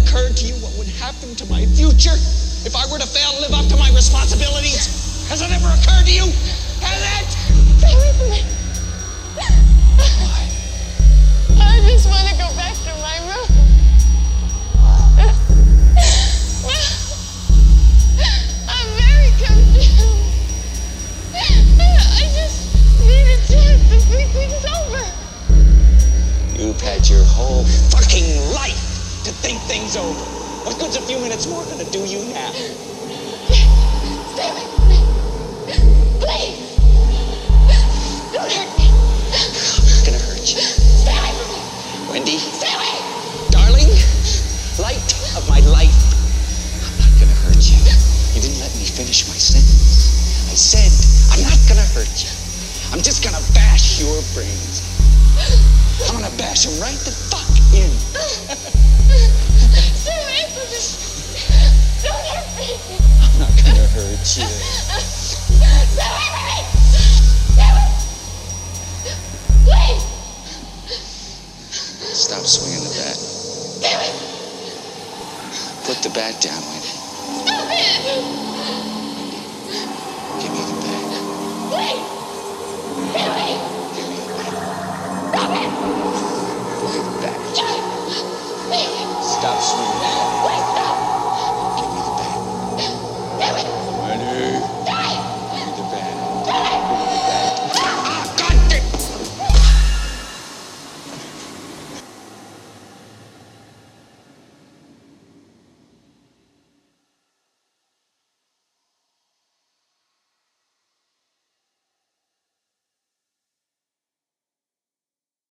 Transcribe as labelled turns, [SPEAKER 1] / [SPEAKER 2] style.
[SPEAKER 1] occurred to you what would happen to my future if I were to fail to live up to my responsibilities? Has it ever occurred to you? Has it?
[SPEAKER 2] Stay away from me. I just want to go back to my room. I'm very confused. I just need a chance to think things over.
[SPEAKER 1] You've had your whole fucking life to think things over. What good's a few minutes more gonna do you now?
[SPEAKER 2] Stay away from me. Please. Don't hurt me.
[SPEAKER 1] It's gonna hurt you.
[SPEAKER 2] Stay away from me.
[SPEAKER 1] Wendy,
[SPEAKER 2] Stay away.
[SPEAKER 1] darling, light of my life, I'm not gonna hurt you. You didn't let me finish my sentence. I said, I'm not gonna hurt you. I'm just gonna bash your brains. I'm gonna bash them right the fuck in.
[SPEAKER 2] Stay away from me. Don't hurt me.
[SPEAKER 1] I'm not gonna hurt you.
[SPEAKER 2] Stay away from me. Stay away. Please.
[SPEAKER 1] Stop swinging the bat.
[SPEAKER 2] Stay away.
[SPEAKER 1] Put the bat down, Wendy.
[SPEAKER 2] Stop it.
[SPEAKER 1] Give me the bat.
[SPEAKER 2] Please. Stay away.
[SPEAKER 1] Give me the bat.
[SPEAKER 2] Stop it.
[SPEAKER 1] Give me the bat.
[SPEAKER 2] Stop